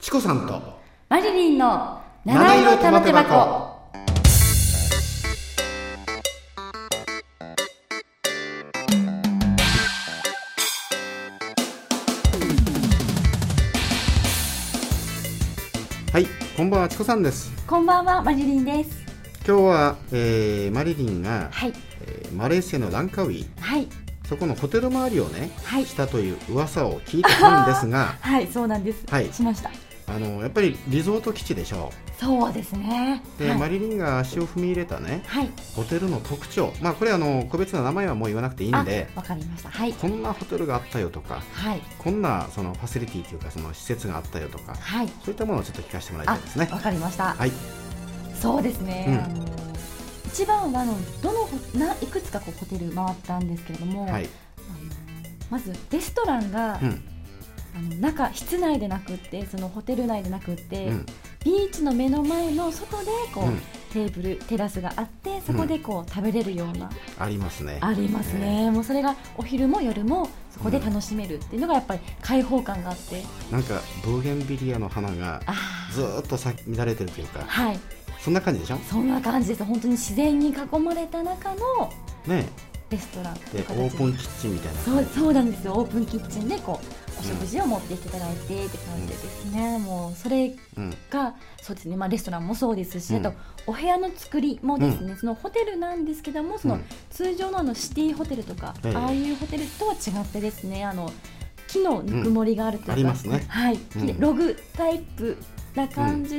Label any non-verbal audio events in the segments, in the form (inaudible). チコさんとマリリンの七色玉手箱。はいこんばんはチコさんですこんばんは、マリリンです。今日は、えーマリリンが、はい、えーマレーシアのランカウイはい、そこのホテル周りをねはい、したという噂を聞いてたんですが (laughs) はい、そうなんです。はいしました。あのやっぱりリゾート基地でしょそうですね。うで、はい、マリリンが足を踏み入れたねはい、ホテルの特徴まあこれあの個別の名前はもう言わなくていいんであわかりました。はい、こんなホテルがあったよとかはい、こんなそのファシリティというかその施設があったよとかはい、そういったものをちょっと聞かせてもらいたあいですね、わかりました。はいそうですね。うんあの一番はあのどのホないくつかこうホテル回ったんですけれども、はい、あのまずレストランが、うんあの中室内でなくってそのホテル内でなくって、うんビーチの目の前の外でこう、うんテーブルテラスがあってそこでこう、食べれるようなありますねありますね、もうそれがお昼も夜もそこで楽しめるっていうのがやっぱり開放感があって、なんかブーゲンビリアの花があずーっと咲き乱れてるというかあはいそんな感じでしょそんな感じです本当に自然に囲まれた中のねレストランっでていオう形ープンキッチンみたいなそうそうなんですよオープンキッチンでこうお食事を持ってきていただいてって感じですね、もうそれうんがそうですね、まあ、レストランもそうですし、うんあとお部屋の作りもですね、そのホテルなんですけどもそうの、ん通常のあのシティホテルとか、ええああいうホテルとは違ってですねあの木のぬくもりがあるというか、うんありますねはいうんでログタイプな感じで、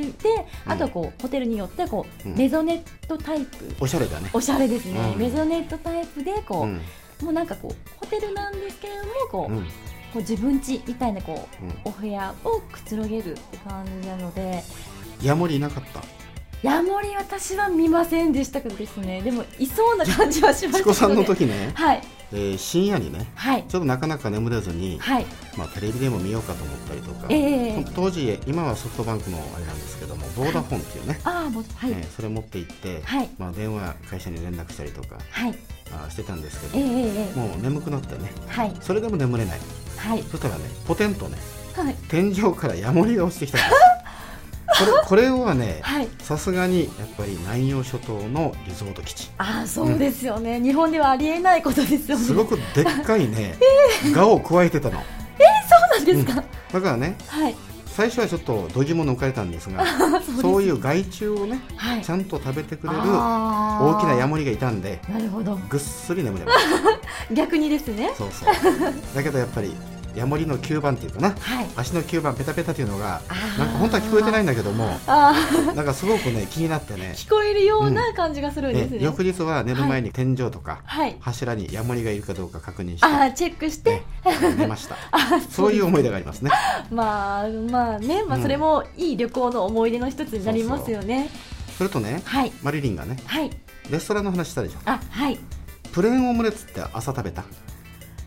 うんあとこうホテルによってはこう、うんメゾネットタイプおしゃれだねおしゃれですね、うんメゾネットタイプでこう、うんもうなんかこうホテルなんですけれどもこう,、うんこう自分家みたいなこううんお部屋をくつろげるって感じなので。ヤモリいなかっヤモリ私は見ませんでしたけどですねでもいそうな感じはしたチましたけど、コね、さんの時 (laughs) ね、はいえー深夜にねはいちょっとなかなか眠れずに、はいまあ、テレビでも見ようかと思ったりとか、ええ当時今はソフトバンクのあれなんですけどもボーダフォンっていうね、ああもうはい、えーそれ持って行って、はいまあ、電話会社に連絡したりとかはいあーしてたんですえけえどええええもう眠くなってねはいそれでも眠れないはいそしたらねポテンとねはい天井からヤモリが落ちてきたん (laughs) ですこれこれはねはいさすがにやっぱり南洋諸島のリゾート基地ああそうですよね、日本ではありえないことですよねすごくくでっかいね、ガを加えてたのそうなんですか、だからねはい最初はちょっとどぎも抜かれたんです (laughs) がですそういう害虫をねはいちゃんと食べてくれる大大きなヤモリがいたんでなるほどぐっすり眠れま (laughs) し逆にですねたそうそうだけどやっぱりヤモリの吸盤っていうかなはい足の吸盤ペタペタっていうのがあーなんか本当は聞こえてないんだけどもあなんかすごくね気になってねあ聞こえるような感じがするんですね、ね翌日は寝る前に天井とかはい柱にヤモリがいるかどうか確認して、ああチェックして、ね、寝ま (laughs) したそういう思い出がありますねまあまあね、まうあ、んそれもいい旅行の思い出の一つになりますよね。それとねはいマリリンがねはいレストランの話したでしょあはいプレーンオムレツって朝食べた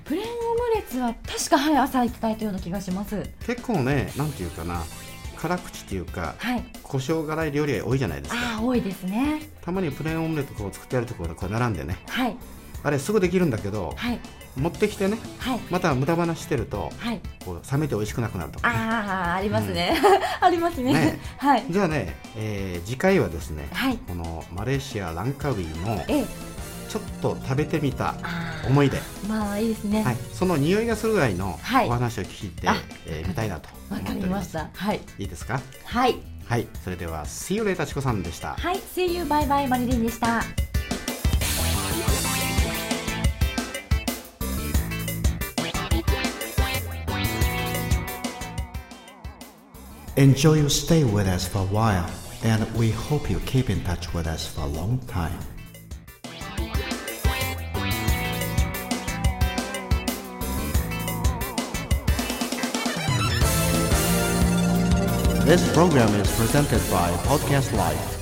プレーンオムレツは確かはい朝いただいたような気がします。結構ねなんていうかな辛口っていうかはい胡椒辛い料理が多いじゃないですかああ多いですね。たまにプレーンオムレツこう作ってあるところでこう並んでねはいあれすぐできるんだけどはい持ってきてねはいまた無駄話してるとはいこう冷めて美味しくなくなるとか、ね、ああありますね、 (laughs) ありますねねはいじゃあね、えー次回はですねはいこのマレーシアランカウイのええちょっと食べてみたああ思い出、まあいいですね。ははいい、その匂いがするぐらいのはいお話を聞いて、あえー見たいなと思わってかおりりまましすた。はい。いいですかはい。はいそれでは See you later チコさんでしたはい。See you. Bye bye. マリリンでした。 Enjoy your stay with us for a while, and we hope you keep in touch with us for a long time. This program is presented by Podcast Live.